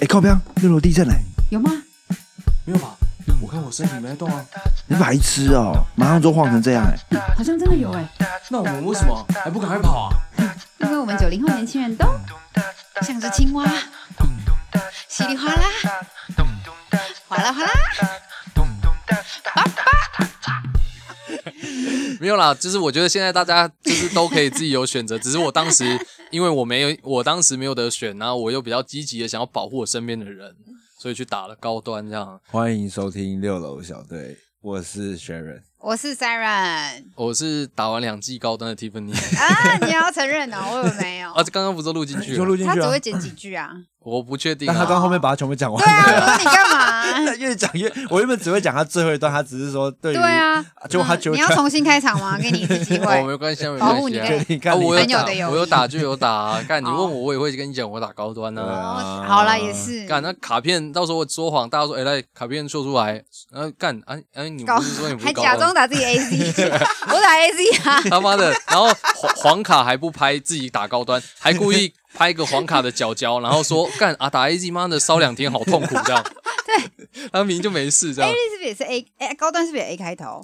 哎，靠边，六楼地震嘞、有吗？没有吧？我看我身体没在动啊。你白痴哦、马上就晃成这样哎、好像真的有哎、那我们为什么还不赶快跑啊？因为我们九零后年轻人都像只青蛙，稀里哗啦，哗啦哗啦。没有啦，就是我觉得现在大家就是都可以自己有选择，只 是我当时因为我没有，我当时没有得选，然后我又比较积极的想要保护我身边的人，所以去打了高端这样。 欢迎收听六楼小队，我是 Sharon。我是 Siren 我是打完两季高端 的 Tiffany， 啊，你也要承认哦，我以为没有啊，，这刚刚不是录进去你了？就录进他去只啊会，剪几句啊。我不确定、但他啊。刚后面把它全部讲完 对啊，了。我说你干 嘛？越讲越，我原本只会讲他最后一段，他只是说对于对啊，结果他嗯觉得你要重新开场吗？给你一次机哦，会。没关系啊，没保护关你系的啊。就你看啊你我朋友打的友谊我有打就有打、 啊。干，你问哦我，我也会跟你讲，我打高端呢、对啊。啊好啦，也嗯是。干，那卡片到时候我说谎，大家说，哎、来卡片秀出来，然后干，哎、哎、你搞不是说你不还是高假端装打自己 AC，我打 AC 啊，他妈的，然后黄黄卡还不拍自己打高端，还故意拍个黄卡的脚脚，然后说干啊打 A G 妈的烧两天好痛苦这样。 对，他明明就没事这样 A。是不是也是 A？哎，高端是不是也 A 开头？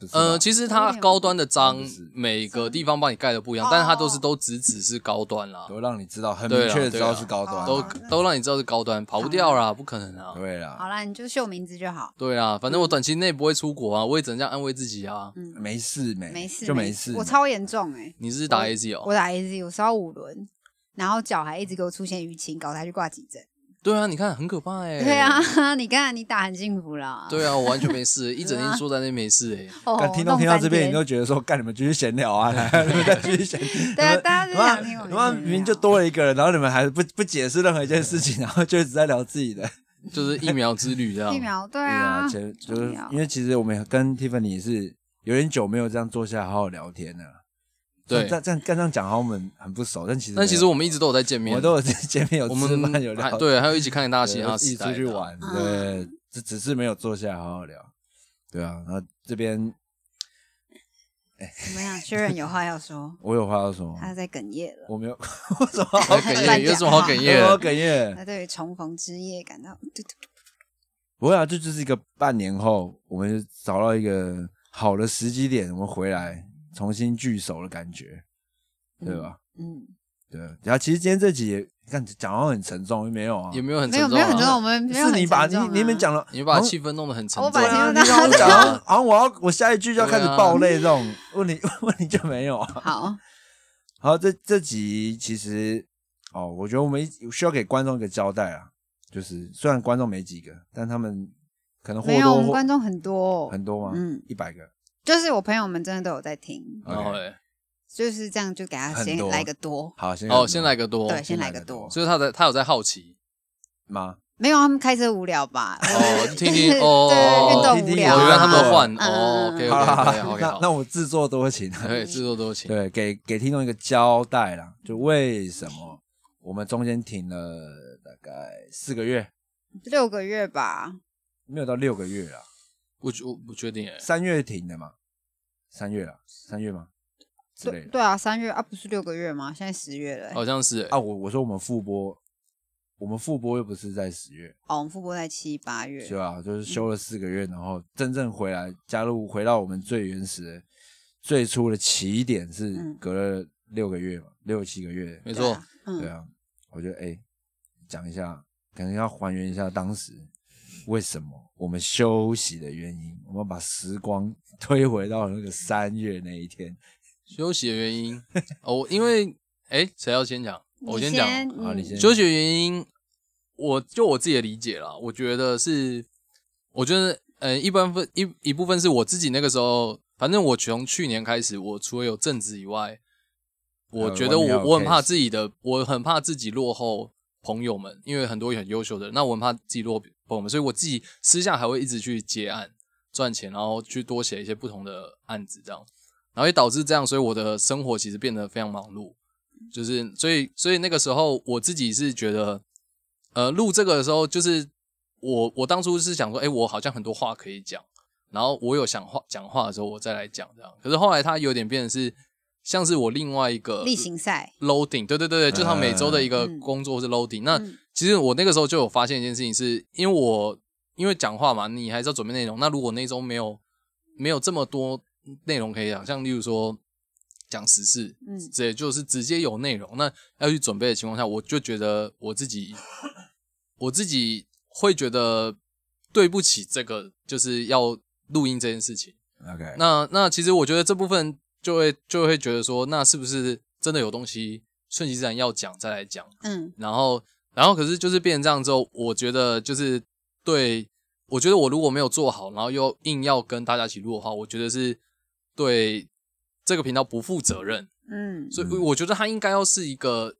不知道哎呃，其实它高端的章是每个地方帮你盖的不哦一样，但是它都是都直指是高端啦，都让你知道，很对明啦确的知对啊道啦是高啊端，啊哦都都让你知道是高端，跑不掉啦，不可能嗯啊。对啦，好啦，你就秀名字就好。对啊，反正我短期内不会出国啊，嗯我也只能这样安慰自己啊。没事没没事，哎就没事，我超严重哎、你是打 A G 哦？我打 AZ，我烧五轮，然后脚还一直给我出现淤青，搞他去挂急诊。对啊，你看很可怕哎。对啊，你看你打很幸福啦。对啊，我完全没事，一整啊天坐在那没事哎。哦，干听到弄听到翻这边，天你就觉得说，干你们继续闲聊 啊，来你们再继续闲。对啊你们大家就你们想听我啊们你们闲明明聊就多了一个人，然后你们还不不解释任何一件事情，然后就一直在聊自己的。就是疫苗之 旅这样。疫苗，对对啊，前就是重要因为其实我们跟 Tiffany 是有点久没有这样坐下来好好聊天了。对这样这样这样讲，好像我们很不熟，但其实但其实没有我们一直都有在见我面，们都有见面有我吃饭有们聊还天，对，还有一起看大对戏，然后一起出去。玩，嗯对，只只是没有坐下来好好聊。对啊，然后这边，怎么样？薛仁有话要说我有话要说吗，他在哽咽了。我没有， 我怎么好好哽哽咽咽，有有什什么么好好哽哽我咽没？有哽咽？他对于重逢之夜感到，对对对不会啊，这就是一个半年后，我们就找到一个好的时机点，我们回来重新聚首的感觉，对吧？嗯，对。啊然后其实今天这集也，看讲到很沉重，没有啊？也没有很没有沉没有重很重要，我啊，们没有是你把很你沉重啊你们，讲了，你把气氛弄得很沉我重。把对气氛啊，哦弄你得让我讲很到沉，好像我要我下一句就要开始对啊爆泪这种，问你 问你就没有啊？好，好，这这集其实哦，我觉得我们一需要给观众一个交代啊，就是虽然观众没几个，但他们可能或没有，我多们或观众很多，很多吗？嗯，一百个，就是我朋友们真的都有在听， 然后嘞，就是这样，就给他很先多来个多，好，先哦，先来个多，对，先来来个个多多。所以他在他有在好奇 吗？没有，啊他们开车无聊吧？哦，听听 对，运哦，动无对聊哦，啊。原来他们换嗯哦嗯，OK 好 OK 啦好 OK 啦 OK，那好，那我自作多情啊，对，自作多情，对，给给听众一个交代啦，就为什么我们中间停了大概四个月，六个月吧，没有到六个月啦，我我不确定哎，三月停的嘛，三月啦，三月吗？之类对的对啊，三月啊，不是六个月吗？现在十月了欸，好像是欸啊，我我说我们复播，我们复播又不是在十月，哦，我们复播在七八月，是吧？就是休了四个月，然后真正回来加入回到我们最原始的、最初的起点是嗯隔了六个月嘛，六七个月。没没错，，对嗯，啊，我觉得哎，讲、一下，可能要还原一下当时为什么我们休息的原因，我们把时光 推回到那个三月那一天。休息的原因哦，因为哎，谁要先讲？我你讲，啊好你嗯先休学原因，我就我自己的理解啦，我觉得是，我觉得，呃，一般分一一部分是我自己那个时候，反正我从去年开始，我除了有正职以外，我觉得呃外面我还有我很怕 case 自己的，我很怕自己落后朋友们，因为很多也很优秀的人，那我很怕自己落后朋友们，所以我自己私下还会一直去接案赚钱，然后去多写一些不同的案子这样。然后也导致这样，所以我的生活其实变得非常忙碌。就是所以所以那个时候我自己是觉得，呃，录这个的时候，就是我我当初是想说，哎、我好像很多话可以讲，然后我有想话讲话的时候，我再来讲这样。可是后来它有点变成是，像是我另外一个例行赛， loading，对对对对，就像每周的一个嗯工作是 loading、那嗯其实我那个时候就有发现一件事情是，因为我因为讲话嘛，你还是要准备内容。那如果那周没有没有这么多内容可以讲，像例如说讲时事，嗯这也就是直接有内容，那要去准备的情况下，我就觉得我自己我自己会觉得对不起这个就是要录音这件事情。 OK，那那其实我觉得这部分就会就会觉得说，那是不是真的有东西顺其自然要讲再来讲？嗯然后然后可是就是变成这样之后，我觉得就是对，我觉得我如果没有做好，然后又硬要跟大家一起录的话，我觉得是对这个频道不负责任。嗯所以嗯我觉得它应该要是一个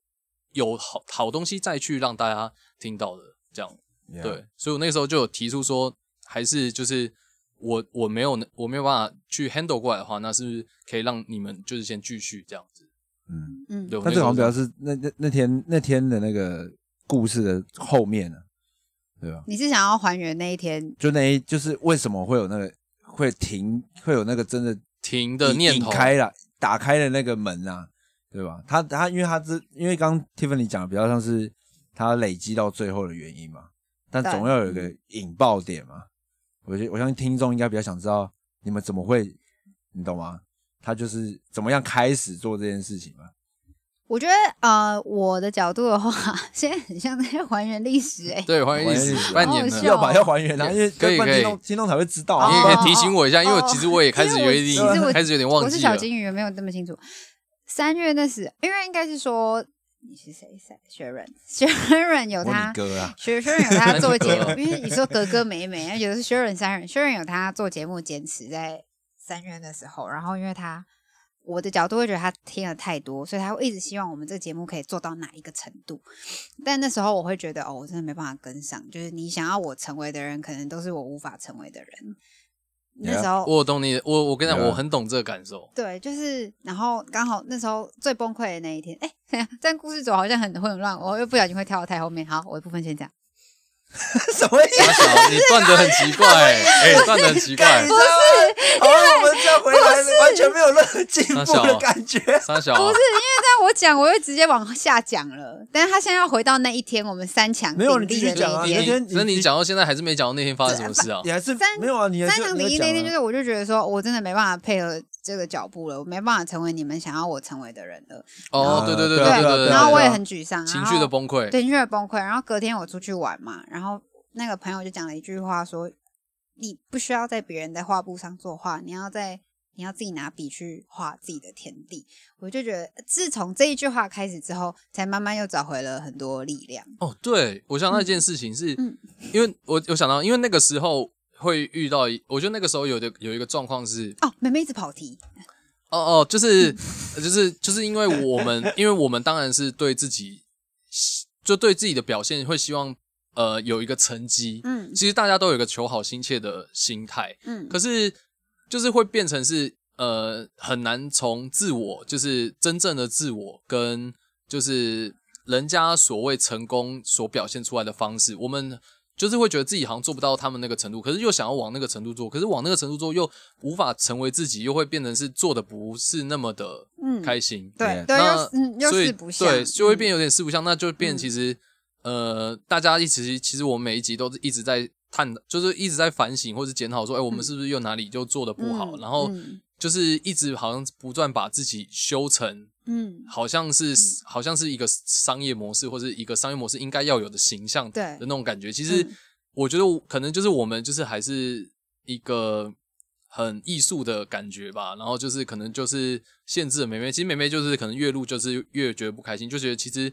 有好好东西再去让大家听到的这样。 Yeah，对，所以我那个时候就有提出说，还是就是我我没有能我没有办法去 handle 过来的话，那是不是可以让你们就是先继续这样子？嗯，嗯对，我但这那好像时表候示那那那天那天的那个故事的后面呢、对吧？你是想要还原那一天？就那一就是为什么会有那个会停会有那个真的停的引念引头，开了，打开了那个门啊，对吧？他他因为他这因为刚 Tiffany 讲的比较像是他累积到最后的原因嘛，但对总要有一个引爆点嘛。我觉得我相信听众应该比较想知道你们怎么会，你懂吗？他就是怎么样开始做这件事情嘛。我觉得呃，我的角度的话， 现在很像在还原历史哎、对，欢迎还意原历思史半年好了，好你笑要把要还原啊，对因为可以要不然可以听众听众才会知道啊。也哦可以提醒我一下，因为哦我其实我也开始因有为一我点其实我 开始有点忘我是记小了。金鱼，没有那么清楚。三月那时，因为应该是说你是谁？谁？雪润，雪润有我他你，哥 啊，薛薛仁有 他做节目那，你因为你说格格美美，有的是薛仁三人，薛仁有他做节目坚持在三月的时候，然后因为他我的角度会觉得他听了太多，所以他会一直希望我们这个节目可以做到哪一个程度。但那时候我会觉得，哦，我真的没办法跟上，就是你想要我成为的人，可能都是我无法成为的人。那时候我懂你，我我跟你讲，对啊我很懂这个感受。对，就是，然后刚好那时候最崩溃的那一天，哎、 等一下这样故事走好像很混乱，我又不小心会跳到太后面。好，我的部分先讲。什么意傻 思？小，你断的很奇怪，哎，断的很奇怪你知。道吗？好像我们这样回来完全没有任何进那步小的感觉。傻小，不是，因为这样我讲，我又直接往下讲了。但是他现在要回到那一天，我们三强没有鼎立你继的续讲啊那一你那天。天所以你讲到现在还是没讲到那天发生什么事啊你？还是三没有啊？你还三是强你鼎有立讲那天，就啊是我就觉得说，我真的没办法配合这个脚步了，我没办法成为你们想要我成为的人了。哦，对对对对对对，啊然后我也对很沮丧，情然绪后的崩溃，对，情绪的崩溃。然后隔天我出去玩嘛，然后那个朋友就讲了一句话说：“你不需要在别人的画布上作画，你要在你要自己拿笔去画自己的天地。”我就觉得，自从这一句话开始之后，才慢慢又找回了很多力量。哦，对，我想到一件事情是，嗯因为我有想到，因为那个时候会遇到一，我觉得那个时候有的有一个状况是，哦，妹妹一直跑题，哦 哦，就是就是就是因为我们，因为我们当然是对自己，就对自己的表现会希望呃有一个成绩。嗯其实大家都有一个求好心切的心态，嗯，可是就是会变成是呃很难从自我，就是真正的自我跟就是人家所谓成功所表现出来的方式，我们就是会觉得自己好像做不到他们那个程度，可是又想要往那个程度做，可是往那个程度做又无法成为自己，又会变成是做的不是那么的嗯开心。对对对，那又嗯又所以四不像，对，就会嗯变有点四不像，那就变其实、呃，大家一直其实我们每一集都是一直在探，就是一直在反省或是检讨说，哎、我们是不是又哪里就做的不好、嗯然后嗯就是一直好像不断把自己修成。嗯好像是、好像是一个商业模式，或是一个商业模式应该要有的形象对的那种感觉。其实嗯我觉得我可能就是我们就是还是一个很艺术的感觉吧，然后就是可能就是限制了妹妹。其实妹妹就是可能越录就是越觉得不开心，就觉得其实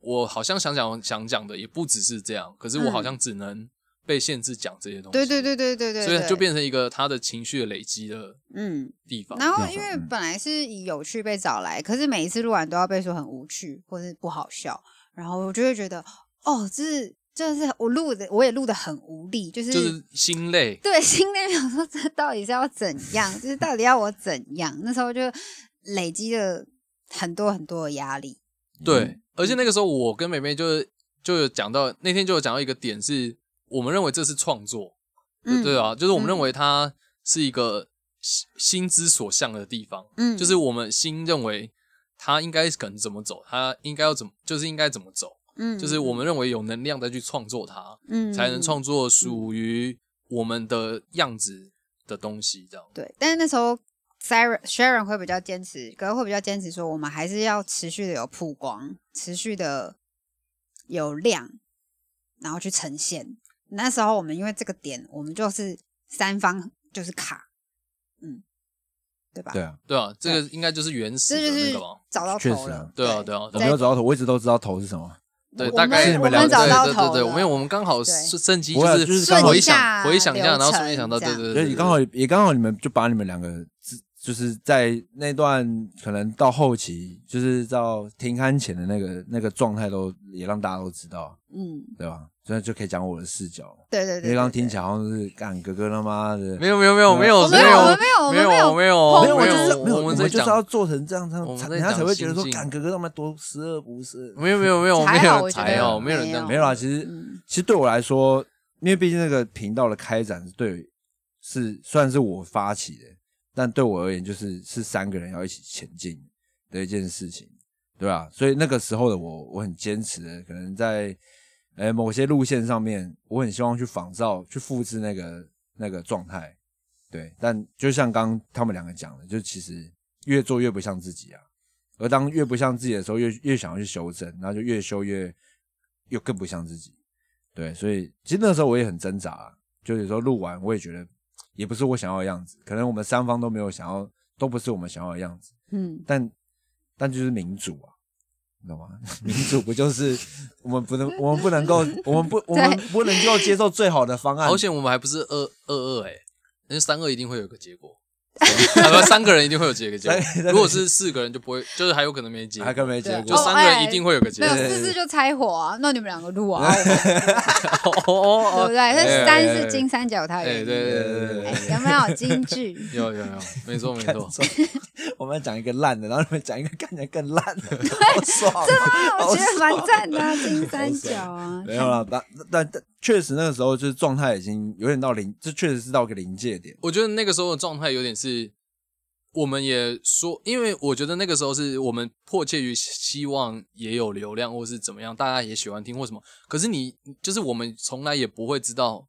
我好像想讲想讲的也不只是这样，可是我好像只能被限制讲这些东嗯西。对对对对对对，所以就对变成一个他的情绪的累积的嗯。地方。然后地因方为嗯本来是以有趣被找来，可是每一次录完都要被说很无趣或是不好笑，然后我就会觉得，哦，这是这是我录的，我也录的很无力，就是、就是心累，对 心里想说这到底是要怎样，就是到底要我怎样？那时候就累积了很多很多的压力，对，而且那个时候我跟妹妹就是就有讲到，那天就有讲到一个点是，我们认为这是创作，嗯，对，啊，就是我们嗯认为它是一个心心之所向的地方，嗯，就是我们心认为它应该可能怎么走，它应该要怎么，就是应该怎么走。嗯，就是我们认为有能量再去创作它，嗯才能创作属于我们的样子的东西。这样，对，但是那时候 Siren Sharon 会比较坚持，可能会比较坚持说，我们还是要持续的有曝光，持续的有量，然后去呈现。那时候我们因为这个点，我们就是三方就是卡，嗯，对吧？对，啊，对啊，这个应该就是原始这就的那是个吧？找到确头实啊了。对啊，对啊，我对啊没有找到头，我一直都知道头是什么。对，我大概们是你们了我们解找到对头对对对，了没有，我们刚好对是趁机不会啊就是就是刚顺好回一下想回想一下，流然后顺程便想到，对这对样对，所对以你刚好也刚好你们就把你们两个自就是在那段可能到后期，就是到停刊前的那个那个状态都也让大家都知道，嗯，对吧？所以就可以讲我的视角，对对对因为刚刚听起来好像是干哥哥他妈的没有没有没有哦没有我没有，我们没有有，我没们有有，没没有有，我我没就们是有，没有，我们们在就是讲要做成这样，他们我们才在人家才讲会觉得说心，境干哥哥他们多十恶不赦。没有没有没有才没好有我觉才得好，没有啊人这样没有啦，其实、嗯其实对我来说，因为毕竟那个频道的开展是对是虽然是我发起的，但对我而言就是是三个人要一起前进的一件事情，对吧、所以那个时候的我，我很坚持的，可能在呃某些路线上面，我很希望去仿照、去复制那个那个状态，对。但就像刚刚他们两个讲的，就其实越做越不像自己啊。而当越不像自己的时候，越越想要去修正，然后就越修越又更不像自己。对，所以其实那时候我也很挣扎、啊就有时候录完我也觉得也不是我想要的样子，可能我们三方都没有想要，都不是我们想要的样子。嗯，但但就是民主啊，你懂吗？ 民主不就是我们不能，我们不能够，我们不，我们不能够接受最好的方案好。险我们还不是二二二哎，那三二一定会有个 结果，啊不三个人一定会有结个结三果，如果是四个人就不会，就是还有可能没结果还，可没结就果 哦，三个人哎一定会有个结没有果。四次就拆伙啊，那你们两个录啊，哦哎 哦对不哦，对？那三哎哎是金三角，它哎的原对因对对对对对，哎有没有京 剧？有有有，没错没错， 我们要讲一个烂的，然后你们讲一个看起来更烂的，好爽啊。啊，我觉得蛮赞的、啊，金三角啊，没有啦，但但但确实那个时候就是状态已经有点到临，这确实是到个临界点。我觉得那个时候的状态有点是，我们也说，因为我觉得那个时候是我们迫切于希望也有流量，或是怎么样，大家也喜欢听或什么。可是你就是我们从来也不会知道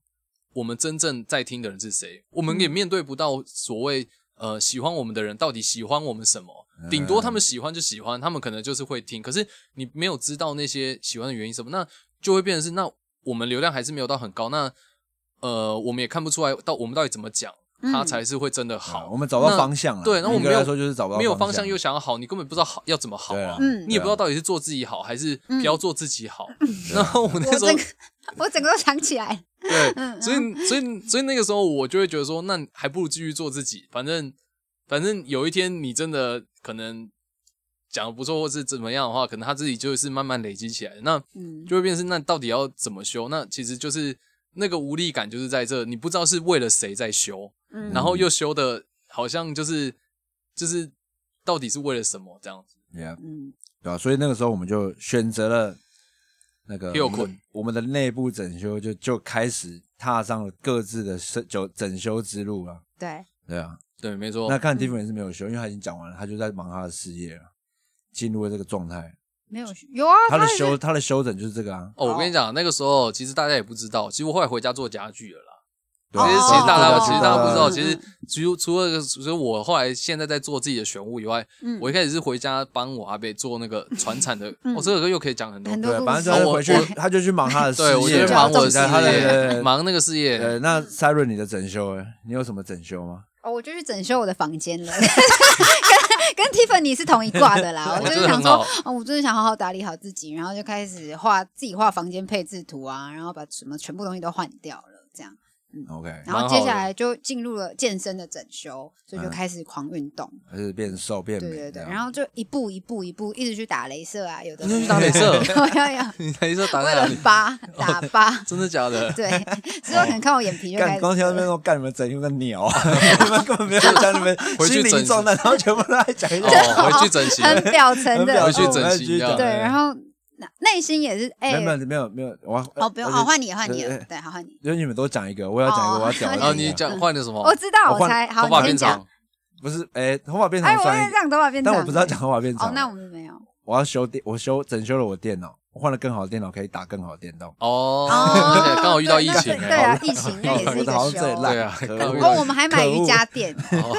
我们真正在听的人是谁，我们也面对不到所谓。呃，喜欢我们的人到底喜欢我们什么？顶多他们喜欢就喜欢，他们可能就是会听。可是你没有知道那些喜欢的原因什么，那就会变成是，那我们流量还是没有到很高。那呃，我们也看不出来到我们到底怎么讲，它嗯才是会真的好。啊我们找到那方向了。对，那我严格们没有来说就是找不到没有方方向，又想要好，你根本不知道好要怎么好对啊啊，嗯你也不知道到底是做自己好还是不要做自己好。 然后我嗯那我时候整个我整个都想起来了，嗯对， 所以所以所以那个时候我就会觉得说，那还不如继续做自己，反正反正有一天你真的可能讲的不错，或是怎么样的话，可能他自己就是慢慢累积起来。那嗯，就会变成是那到底要怎么修？那其实就是那个无力感，就是在这，你不知道是为了谁在修，嗯然后又修的好像就是就是到底是为了什么这样子？ Yeah，嗯，对啊，所以那个时候我们就选择了那个 Hillcon 我们的我们的内部整修就就开始踏上了各自的整就整修之路了。对，对啊，对，没错那。看 Tiffany 是没有修，因为他已经讲完了，他就在忙他的事业了，进入了这个状态。没有有啊，他的也是修他的修整就是这个啊，哦，我跟你讲，那个时候其实大家也不知道，其实我后来回家做家具了啦。对啊其实哦其实大家哦其实大家不知道，嗯其实除除了除了我后来现在在做自己的玄物以外，嗯我一开始是回家帮我阿伯做那个传产 的，嗯哦，这个又可以讲很多很。多对，故反正事就他回去我我他就去忙他的事业对，了，我就忙我的事他的对业，对忙那个事业。呃，那 Siren 你的整修，欸你有什么整修吗？哦，我就去整修我的房间了， 跟跟 Tiffany 是同一挂的啦。我就我觉是得想很说好，哦，我真的想好好打理好自己，然后就开始画自己画房间配置图啊，然后把什么全部东西都换掉了，这样。 OK，然后蛮好接下的来就进入了健身的整修，所以就嗯开始狂运动。还是变瘦变美对这对样？对，然后就一步一步一步一直去打镭射啊，有的你就去打镭射 有有有，你等一下打为在哪了里？，疤打疤真的 假的？对，之后可能看我眼皮就开干，始刚才那边说干你们整一个鸟，你们根本没有在那边回去心整理状态，然后全部都在讲一讲。哦，回去整 形。很表层的哦回，去整形这样对，然后那内心也是哎没，有没有没有，我哦不用哦，换你换你呃了呃，对，好换你，因为你们都讲一个，我要讲一哦个，我要讲一然个。后你讲哦换了什么？我知道，我我换才好，头发你变先讲长，，不是？哎，头发变哎，长我算也一个，让头发变长，但我不知道讲头发变哦长。，那我们没有，我要修电，我修整修了我电脑，换了更好的电脑，可以打更好的电动。哦，而且刚好遇到疫情那欸，对啊，疫情那也是我一的个好像最修。烂，对啊可恶刚好遇到哦，我们还买瑜伽垫，哦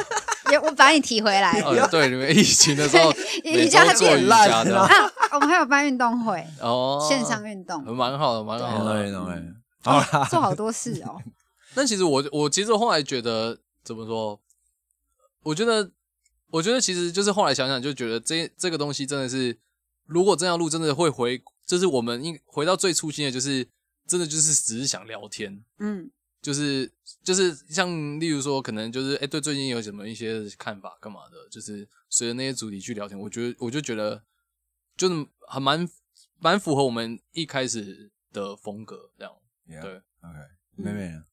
也我把你提回来。 哦，对，你们疫情的时候瑜每伽周做垫瑜烂伽了的啊啊，我们还有办运动会，哦， 线上运动，蛮好的，蛮懂好了的。懂了懂了好啦，做好啊多事 哦。但其实我我其实后来觉得怎么说，我觉得我觉得其实就是后来想想就觉得这这个东西真的是，如果真要录，真的会回，就是我们应回到最初心的，就是真的就是只是想聊天，嗯，就是就是像例如说，可能就是哎、诶对最近有什么一些看法干嘛的，就是随着那些主题去聊天，我觉得我就觉得就是还蛮蛮符合我们一开始的风格这样。对 OK，妹妹呢？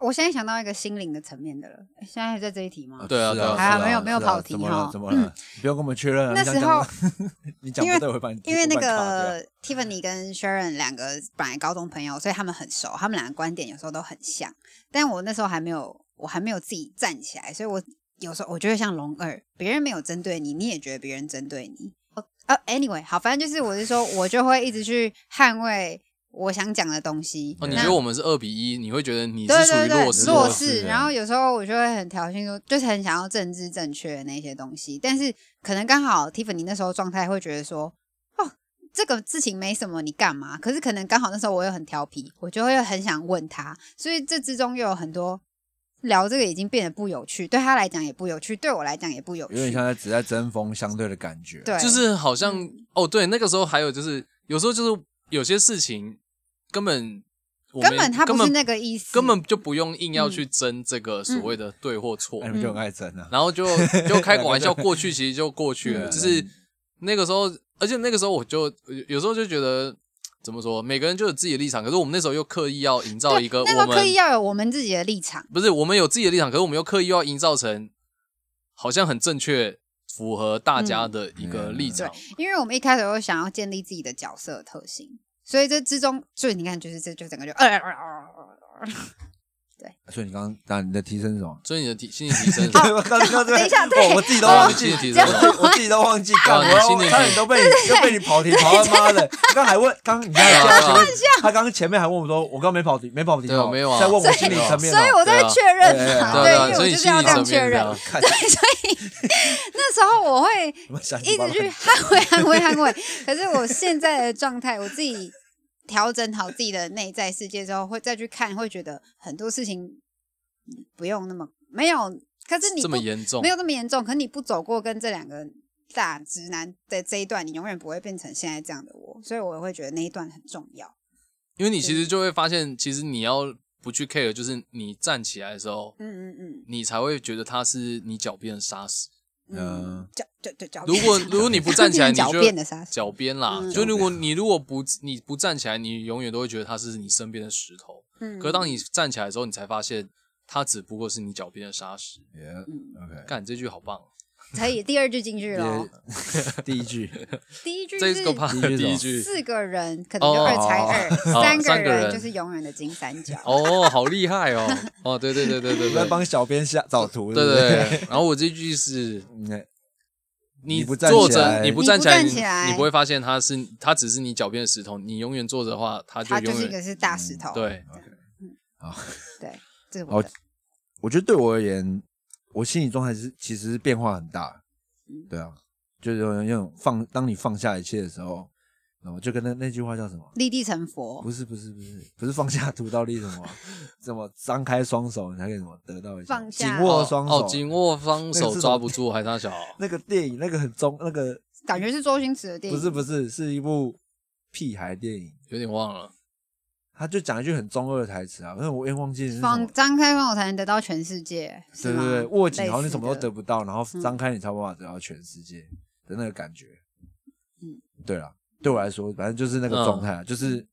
我现在想到一个心灵的层面的了。诶现在还在这一题吗？对啊是对啊是还好没有没有是跑题怎么哈了？怎么 了？你不用跟我们确认啊。那你想时讲候不你讲因不为对，我会把你因为那我会把你卡掉个 Tiffany 跟 Sharon 两个本来高中朋友，所以他们很熟，他们两个观点有时候都很像。但我那时候还没有，我还没有自己站起来，所以我有时候我就会像龙二，别人没有针对你，你也觉得别人针对你。哦呃、a n y w a y 好，反正就是我是说，我就会一直去捍卫我想讲的东西。哦，你那觉得我们是二比一，你会觉得你对是属于对对弱势？弱势势。的然后有时候我就会很挑衅说，就是很想要政治正确的那些东西，但是可能刚好 Tiffany 那时候状态会觉得说，哦，这个事情没什么，你干嘛？可是可能刚好那时候我又很调皮，我就会很想问他，所以这之中又有很多。聊这个已经变得不有趣，对他来讲也不有趣，对我来讲也不有趣。有点像在只在针锋相对的感觉。对，就是好像、嗯哦，对，那个时候还有就是有时候就是有些事情根本我们根本他根不是本那个嗯意思，根本就不用硬要去争这个所谓的对或错，那你们嗯就很爱争啊。然后就就开个玩笑过去，其实就过去了。嗯就是那个时候，而且那个时候我就有有时候就觉得怎么说，每个人就有自己的立场，可是我们那时候又刻意要营造一个那时我候刻们意要有我们自己的立场。不是我们有自己的立场，可是我们又刻意要营造成好像很正确。符合大家的一个立场，因为我们一开始有想要建立自己的角色特性，所以这之中，所以你看，就是这就整个就，呃呃呃呃呃呃所以你刚刚，那你的提升是什么？所以你的提心理提升 是，对，我刚刚啊等一下哦对我自己都忘心记理，提这升样是，我自己都忘记，干哇我哦要你心里差点都被你又被你跑题跑他妈的！刚还问，刚你看对啊前面，他刚刚前面还问我说，我刚没跑题，没跑题对啊哦，没有啊在问我所以心理层面哦，啊所以我在啊确认嘛，对啊，因为所我以就你是心要理这样层确面认。的，看对， 所 以那时候我会怎么想一直去捍卫、捍 卫、捍卫。可是我现在的状态，我自己调整好自己的内在世界之后，会再去看，会觉得很多事情不用那么没有。可是你这不么严重没，有这么严重。可你不走过跟这两个大直男的这一段，你永远不会变成现在这样的我，所以我会觉得那一段很重要。因为你其实就会发现，其实你要不去 care，就是你站起来的时候，嗯嗯你才会觉得它是你狡辩的杀死。嗯嗯嗯，狡狡狡狡 如果如果你不站 起来，你就狡辩的杀死。狡辩啦。嗯就如果你如果不你不站起来，你永远都会觉得它是你身边的石头。嗯，可是当你站起来的时候，你才发现它只不过是你狡辩的沙石。嗯嗯 OK，干这句好棒，哦可以第二句进去了，第一句，第一句这是个吧，第一句是什么第一句四个人可能就哦二才二，哦三三个人人就是永远的金三 角。哦，好厉害 哦，哦，对对对对对我在对，帮小编下找图，对不对。对然后我这句是嗯你你不站坐起着，来你不站起你来，不你站起来你不会发现它是它只是你脚边的石头。你永远坐着的话，它就它就永是一远个是大石头，对。对，这是我嗯好的，，我觉得对我而言，我心理状态是其实是变化很大，嗯对啊，就是有那种放，当你放下一切的时候，然后就跟那那句话叫什么？立地成佛不，是不是不是不是放下屠刀立什么什么张开双手你才可以什么得到一些放下紧握双手哦，紧握双那个是什手么抓不住，还 差小。那个电影那个很中那个感觉是周星驰的电不影，是不是是一部屁孩电影，有点忘了。他就讲一句很中二的台词啊，但我也忘记是什么放张开双手才能得到全世界，是对吗对对，握紧，然后你什么都得类似的不到，然后张开你才有办法得到全世界的那个感觉。嗯，对啦，对我来说，反正就是那个状态啊，就是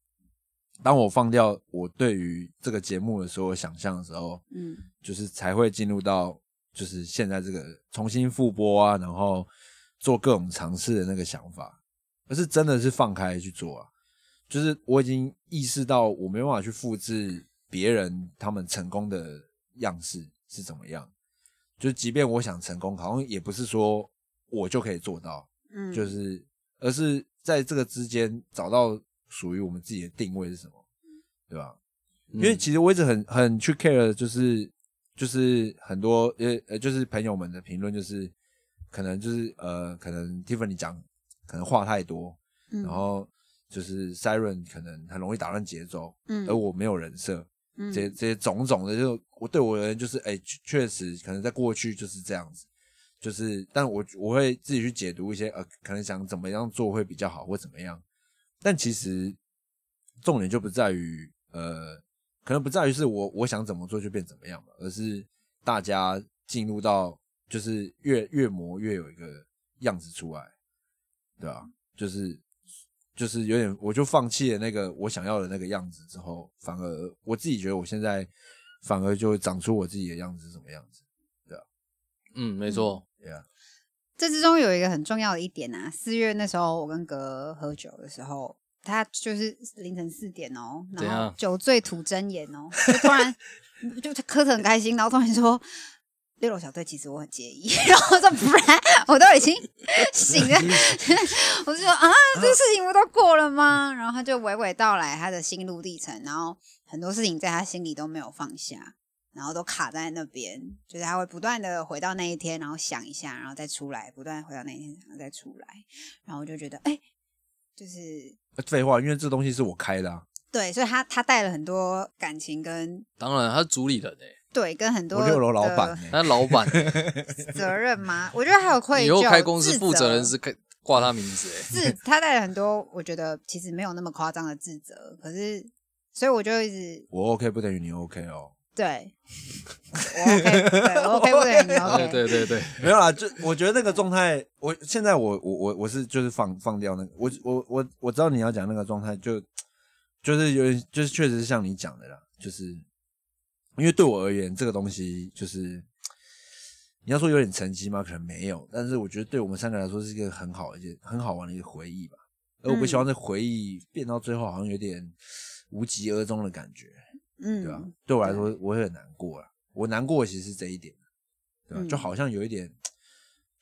当我放掉我对于这个节目的所有想象的时候，嗯就是才会进入到就是现在这个重新复播啊，然后做各种尝试的那个想法，而是真的是放开去做啊。就是我已经意识到我没办法去复制别人他们成功的样式是怎么样，就是即便我想成功，好像也不是说我就可以做到，嗯，就是而是在这个之间找到属于我们自己的定位是什么，对吧？因因嗯为其实我一直很很去 care，的就是就是很多呃呃，就是朋友们的评论，就是可能就是呃，可能 Tiffany 讲可能话太多，嗯然后就是 Siren 可能很容易打乱节奏，嗯而我没有人设，嗯这些这些种种的，就我对我而言就是，哎、确确实可能在过去就是这样子，就是，但我我会自己去解读一些，呃，可能想怎么样做会比较好或怎么样，但其实重点就不在于，呃，可能不在于是我我想怎么做就变怎么样嘛，而是大家进入到就是越越磨越有一个样子出来，对啊，就是就是有点，我就放弃了那个我想要的那个样子之后，反而我自己觉得我现在反而就长出我自己的样子是什么样子，嗯，没错，对啊，这之中有一个很重要的一点啊，四月那时候我跟格喝酒的时候，他就是凌晨四点哦，怎然后样酒醉吐真言哦，就突然就就磕得很开心，然后突然说。六楼小队其实我很介意， 然后我说不然我都已经醒 了，我就说啊，这个事情不都过了吗？然后他就娓娓道来他的心路历程，然后很多事情在他心里都没有放下，然后都卡在那边，就是他会不断的回到那一天，然后想一下，然后再出来，不断地回到那一天，然后再出来，然后我就觉得，哎、就是呃废话，因为这东西是我开的、啊，对，所以他他带了很多感情跟当然他是主理人诶，对跟很多我六楼老的板、欸，他是 老板，责任吗？我觉得还有愧疚，以后开公司自负责人是开挂他名字欸诶。自，他带了很多，我觉得其实没有那么夸张的自责，可是所以我就一直我 OK 不等于你 OK 哦，对 我 OK，对我 OK 不等于你 OK， 对对对对，没有啦，就我觉得那个状态，我现在我我我我是就是放放掉那个，我我我我知道你要讲那个状态，就就是有点就是确实是像你讲的啦，就是因为对我而言，这个东西就是你要说有点成绩吗？可能没有，但是我觉得对我们三个来说是一个很好的一件很好玩的一个回忆吧。而我不希望这回忆变到最后好像有点无疾而终的感觉，对啊吧、嗯，对我来说，我会很难过啊。我难过的其实是这一点，对吧、嗯就好像有一点，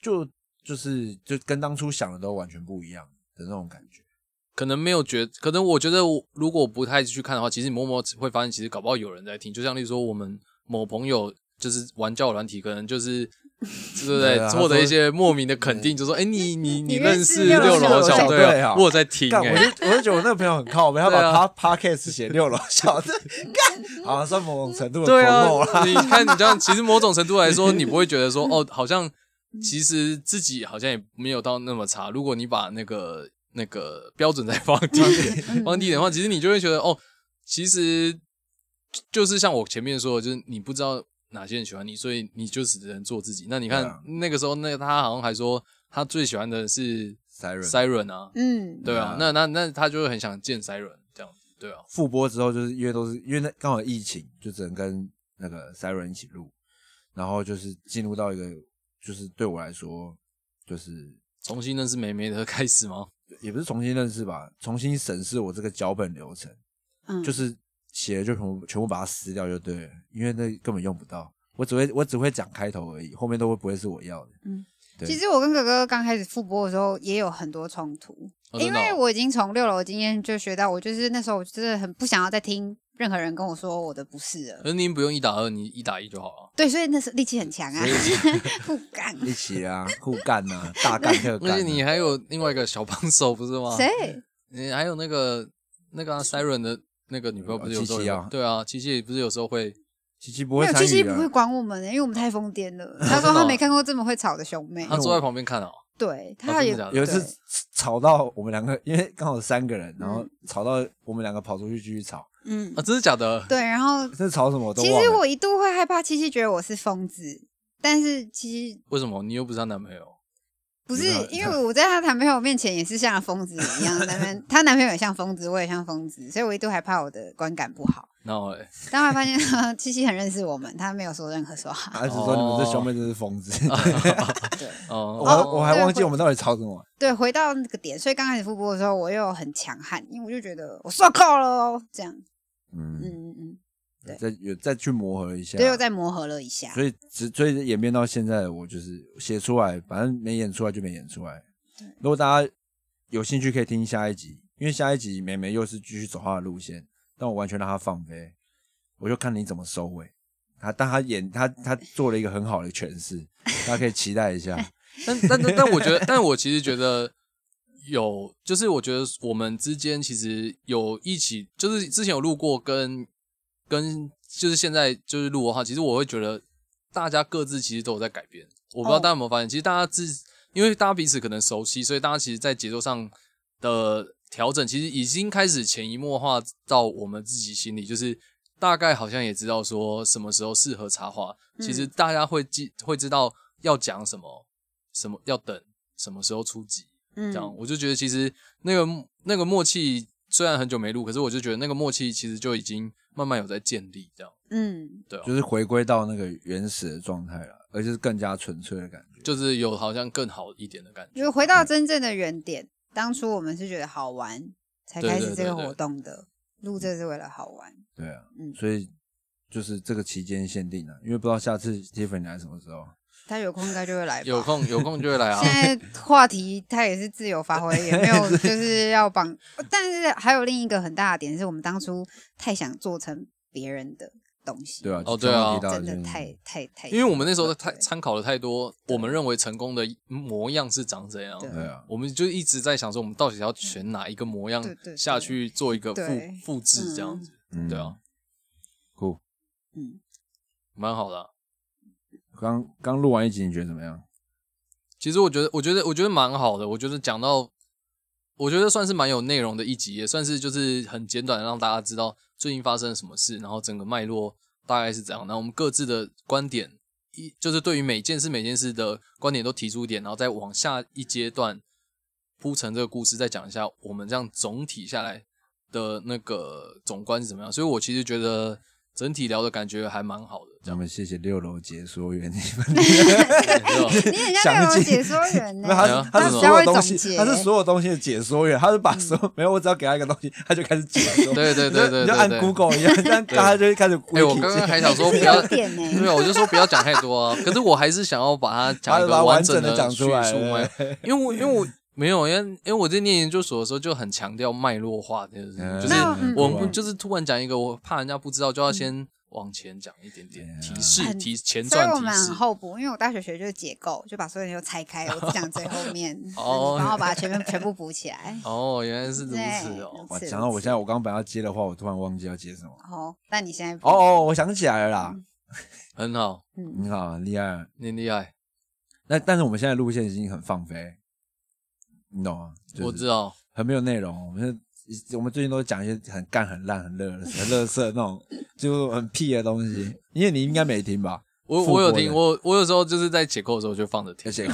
就就是就跟当初想的都完全不一样的那种感觉。可能没有觉，可能我觉得我如果不太去看的话，其实你默默会发现，其实搞不好有人在听。就像例如说，我们某朋友就是玩交友软体，可能就是。 对不对对啊？他获得一说些莫名的肯定，就说：“哎，你你你认认识识六楼六楼小小队队啊啊？我有在听干，我哎，就我就觉得我那个朋友很靠背，他把对他啊 podcast 写六楼小 队，干，好像算某种程度的对 promo 啦啊， 你看你这样，其实某种程度来说，你不会觉得说 哦，好像其实自己好像也没有到那么差。如果你把那个那个标准再放低一点，放低一点的话，其实你就会觉得哦，其实就是像我前面说的，就是你不知道哪些人喜欢你，所以你就只能做自己。那你看、对啊那个时候，那个他好像还说他最喜欢的是 Siren Siren 啊，嗯，对啊，对那那那他就会很想见 Siren 这样子，对啊，复播之后，就是因为都是因为那刚好疫情，就只能跟那个 Siren 一起录，然后就是进入到一个，就是对我来说，就是重新认识梅梅的开始吗？也不是重新认识吧，重新审视我这个脚本流程，嗯就是写了就全部全部把它撕掉就对了，因为那根本用不到，我只会我只会讲开头而已，后面都会不会是我要的。对嗯其实我跟哥哥刚开始复播的时候也有很多冲突，哦因真的为哦我已经从六楼今天就学到，我就是那时候我真的很不想要再听任何人跟我说我的不是 了。可是呃您不用一打二，你一打一就好了。对，所以那时候力气很强啊， 不敢。一起啊，互干呐、啊，大 干特干、而啊。且你还有另外一个小帮手不是吗？谁？你还有那个那个、啊、Siren 的那个女朋友不是有时候哦七也七啊对啊，七七不是有时候会琪琪不没会有参七与、啊，七不会管我们、欸，因为我们太疯癫了。他说真的他哦没看过这么会吵的兄妹她，坐在旁边看哦，对哦真他的也假的有一次对吵到我们两个，因为刚好三个人，然后嗯吵到我们两个跑出去继续吵，嗯啊，真的假的？对，然后这吵什么我都其忘实了。我一度会害怕七七觉得我是疯子，但是其实为什么你又不是她男朋友？不是没有，因为我在她男朋友面前也是像疯子一样，男 人她男朋友也像疯子，我也像疯子，所以我一度还怕我的观感不好。然后嘞，但我还发现 呵七七很认识我们，她没有说任何说话。啊他只说你们这兄妹真是疯子，对哦， 我还哦我还忘记对我们到底吵什么。对，回到那个点，所以刚开始复播的时候，我又很强悍，因为我就觉得我受够了哦，这样，嗯嗯，嗯嗯，对再有再去磨合一下，啊所以又再磨合了一下。所以只所以演变到现在，我就是写出来，反正没演出来就没演出来。如果大家有兴趣可以听下一集，因为下一集美美又是继续走她的路线，但我完全让她放飞，我就看你怎么收尾。她，但她演她她做了一个很好的诠释，大家可以期待一 下。 但但但但我觉得，但我其实觉得有，就是我觉得我们之间其实有一起，就是之前有录过跟跟，就是现在就是录的话，其实我会觉得大家各自其实都有在改变。我不知道大家有没有发现，其实大家自因为大家彼此可能熟悉，所以大家其实在节奏上的调整，其实已经开始潜移默化到我们自己心里，就是大概好像也知道说什么时候适合插话。其实大家会记会知道要讲什么，什么要等，什么时候出击，这嗯，样、我就觉得其实那个那个默契虽然很久没录，可是我就觉得那个默契其实就已经慢慢有在建立，这样嗯，对啊，就是回归到那个原始的状态了，而且是更加纯粹的感觉。就是有好像更好一点的感觉。就是回到真正的原点，当初我们是觉得好玩才对开对始这对个对活动的，录这是为了好玩。对啊，嗯所以就是这个期间限定啊，因为不知道下次 Tiffany 来什么时候。啊他有空应该就会来吧。有空有空就会来 啊。现在话题他也是自由发挥，也没 有就是要绑。但是还有另一个很大的点是我们当初太想做成别人的东西，对啊，哦对啊刚刚提到真就的是太太太，因为我们那时候太对参考了太多，我们认为成功的模样是长怎样对，嗯对啊，我们就一直在想说，我们到底要选哪一个模样对对对下去做一个复对复制这样子，嗯对啊，酷。嗯，蛮好的啊、刚刚录完一集，你觉得怎么样？其实我觉得，我觉得，我觉得蛮好的。我觉得讲到，我觉得算是蛮有内容的一集，也算是就是很简短的让大家知道最近发生了什么事，然后整个脉络大概是怎样。然后我们各自的观点，一就是对于每件事每件事的观点都提出一点，然后再往下一阶段铺陈这个故事，再讲一下我们这样总体下来的那个总观是怎么样。所以我其实觉得整体聊的感觉还蛮好的，这咱样。们谢谢六楼解说员，你们 对你很像那详种尽解说员没呢、有，他是他哎是他呦所只有会东总西，结，嗯他是所有东西的解说员，他是把所有没有，我只要给他一个东西，他就开始解说。 对对对对对你就按对 Google 一 样，这样大家就会开始 wiki 哎、我刚刚还想说是不要有，点呢、对啊，我就说不要讲太多啊。可是我还是想要把 它讲一把个它完整整地讲叙出来述脉对， 因为我因为我没有，因为因为我在念研究所的时候就很强调脉络化这件事情，嗯就是那嗯我们就是突然讲一个，我怕人家不知道，就要先往前讲一点嗯点提示很提前所以传我提们示很。厚补，因为我大学学就是解构，就把所有东西都拆开，我只讲最后面，哦然后把它前面全部补起来。哦，原来是如对此哦。哇，讲到我现在，我刚本来要接的话，我突然忘记要接什么。哦，那你现在哦哦，我想起来了啦，很好，嗯你好，很厉害。你很厉害，那但是我们现在路线已经很放飞，你懂吗？就是我知道。很没有内容。我们是我们最近都讲一些很干、很烂、很乐、很乐色那种， 就很屁的东西。因为你应该没听吧？我复我活有的听，我我有时候就是在解构的时候就放着听而，且，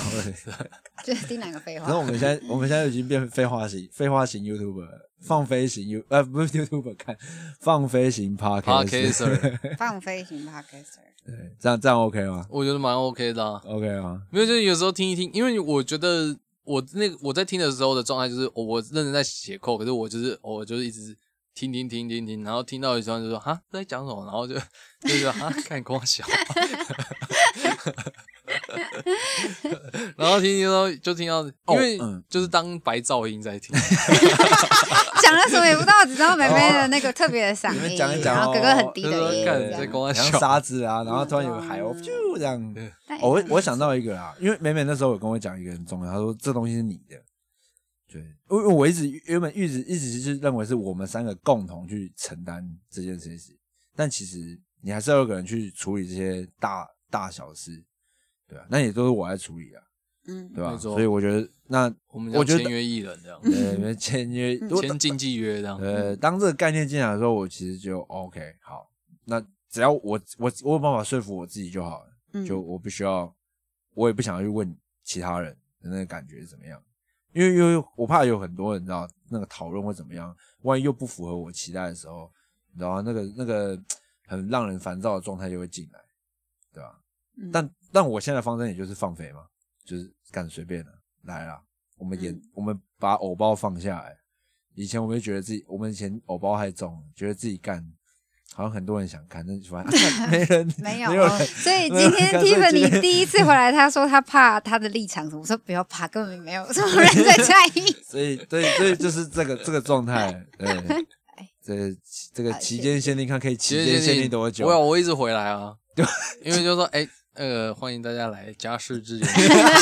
就是听哪个废然后我话？们现在我们现在已经变废话型、废话型 YouTuber，放飞型 You 呃不是 YouTuber 看放飞型 Podcast， Podcaster 放飞型 podcaster，对， 这样这样 OK 吗我觉得蛮 OK 的啊。 ？OK 吗？没有，就是有时候听一听，因为我觉得我那个我在听的时候的状态就是，哦我认真在写扣，可是我就是哦我就是一直听听听听听，然后听到一段就说哈在讲什么，然后就 就觉得哈看光小，然后听听到就听到，因为嗯就是当白噪音在听， 讲了什么也不知道，只知道妹妹的那个特别的嗓你音，们讲一讲然后哦哥哥很低就的是音，说干这在样光像小，沙子啊，然后突然有个海鸥就这样。但哦我也我想到一个啦，因为美美那时候有跟我讲一个很重要，她说这东西是你的，对，因为我一直原本一直一直是认为是我们三个共同去承担这件事情，但其实你还是要有个人去处理这些大大小事，对吧、那也都是我在处理啊， 嗯，对吧、没错所以我觉得那我们我要觉得签约艺人这样， 呃因为签约，如果签经纪约这样，呃，当这个概念进来的时候，我其实就 OK 好，那只要我我我有办法说服我自己就好了。嗯就我不需要，我也不想要去问其他人的那个感觉是怎么样，因为因为我怕有很多人你知道那个讨论会怎么样，万一又不符合我期待的时候，你知道吗那个那个很让人烦躁的状态又会进来，对吧、嗯但但我现在的方针也就是放飞嘛，就是干随便了，来啦，我们嗯演、我们把偶包放下来，以前我们就觉得自己，我们以前偶包太重，觉得自己干好像很多人想看，但是反正、 啊没 人，没有有 哦，人。所以没有今人天看所以今 Tiffany 天第一次回来，他说他怕他的立场什么，我说不要怕，根本没有什么人在在 意。所以，对，所以就是这个这个状态， 对。这这个啊期哎谢间限定看可以期间限定多久？我有，我一直回来啊， 因为就说哎，那个欢迎大家来家事之友，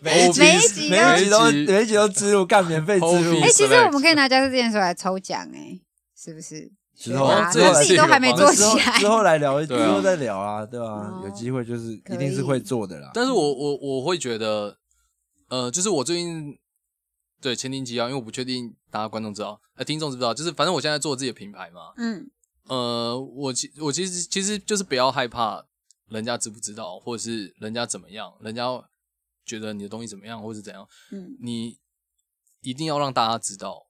每一集每一集每都一集都每一集每一集都植入干免费植 Whole 入 piece 哎、，其实 select 我们可以拿家事这件事来抽奖，哎，是不是？之后啊之后他自己都还没做起之后来之。后来聊，之对啊后再聊啊，对吧哦？有机会就是可一定是以会做的啦。但是我我我会觉得，呃，就是我最近对前庭集啊，因为我不确定大家观众知道，呃，听众知不知道，就是反正我现在做自己的品牌嘛，嗯，呃，我其我其实其实就是不要害怕人家知不知道，或者是人家怎么样，人家觉得你的东西怎么样，或是怎样，嗯你一定要让大家知道，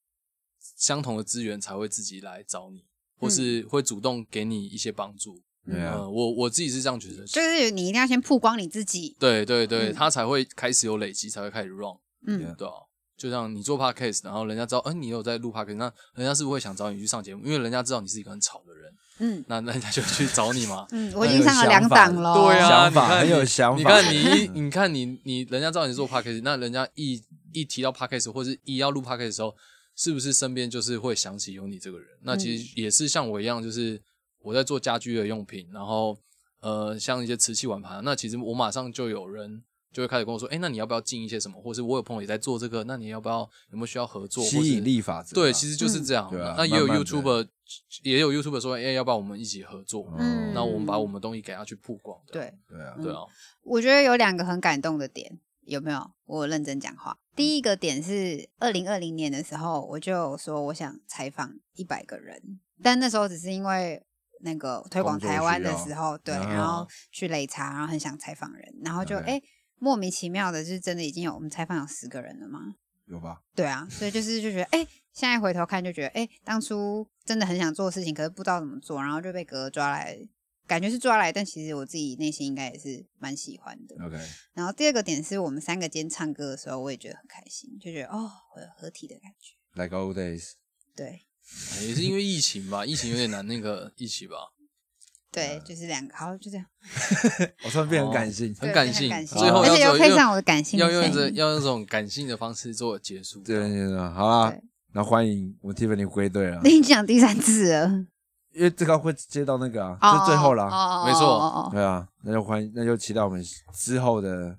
相同的资源才会自己来找你，或嗯是会主动给你一些帮助。对啊，呃，我我自己是这样觉得，就是你一定要先曝光你自己。对对对，嗯他才会开始有累积，才会开始 run，嗯，对啊。就像你做 podcast，然后人家知道，嗯、你有在录 podcast，那人家是不是会想找你去上节目？因为人家知道你是一个很吵的人，嗯。那 那人家就去找你嘛嗯，我已经上了两档喽。对啊，哎想法你看很你有想法你看你一，你看你你人家知道你做 podcast，那人家一一提到 podcast 或是一要录 podcast 的时候，是不是身边就是会想起有你这个人？那其实也是像我一样，就是我在做家居的用品，然后呃，像一些瓷器碗盘，那其实我马上就有人。就会开始跟我说，哎、那你要不要进一些什么？或是我有朋友也在做这个，那你要不要有没有需要合作？吸或是引力法则啊。对，其实就是这样。对啊那也有慢慢的 YouTuber，也有 YouTuber 说，哎、要不要我们一起合作？哦嗯那我们把我们东西给他去曝光。这样对，对啊，对啊，我觉得有两个很感动的点，有没有？我认真讲话。第一个点是二零二零年的时候，我就说我想采访一百个人，但那时候只是因为那个推广工作台湾的需要时候，对，啊然后去擂茶，然后很想采访人，然后就 OK 哎、诶莫名其妙的，就是真的已经有我们采访有十个人了吗？有吧？对啊，所以就是就觉得，哎、现在回头看就觉得，哎、当初真的很想做的事情，可是不知道怎么做，然后就被格格抓来，感觉是抓来，但其实我自己内心应该也是蛮喜欢的。 OK，然后第二个点是我们三个今天唱歌的时候，我也觉得很开心，就觉得哦，我有合体的感觉。 like old days，对哎也是因为疫情吧，疫情有点难那个一起吧，对，就是两个，好，就这样，我突然变得很感性。 很对感很性感，性最后而要且又走配上我的感性的要用声这音要用这种感性的方式做结束。对对对，好啦对，那欢迎我 Tiffany 归队了 那，你讲第三次了，因为这个会接到那个啊，哦这最后啦。哦没错哦哦哦对啊，那就欢迎，那就期待我们之后的。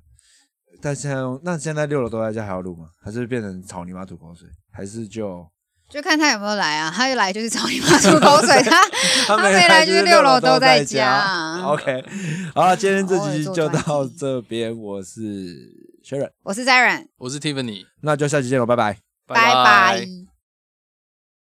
但现在那现在六楼都在家还要录吗？还是变成草泥马吐口水？还是就就看他有没有来啊，他一来就是找你妈吐口水，他 他没来来就是是六楼楼都在在家家啊 OK，好了，今天这偶尔集做就专到题这边，我是 Sharon，我是 Zaran，我是 Tiffany，那就下期见喽，拜拜。拜拜拜。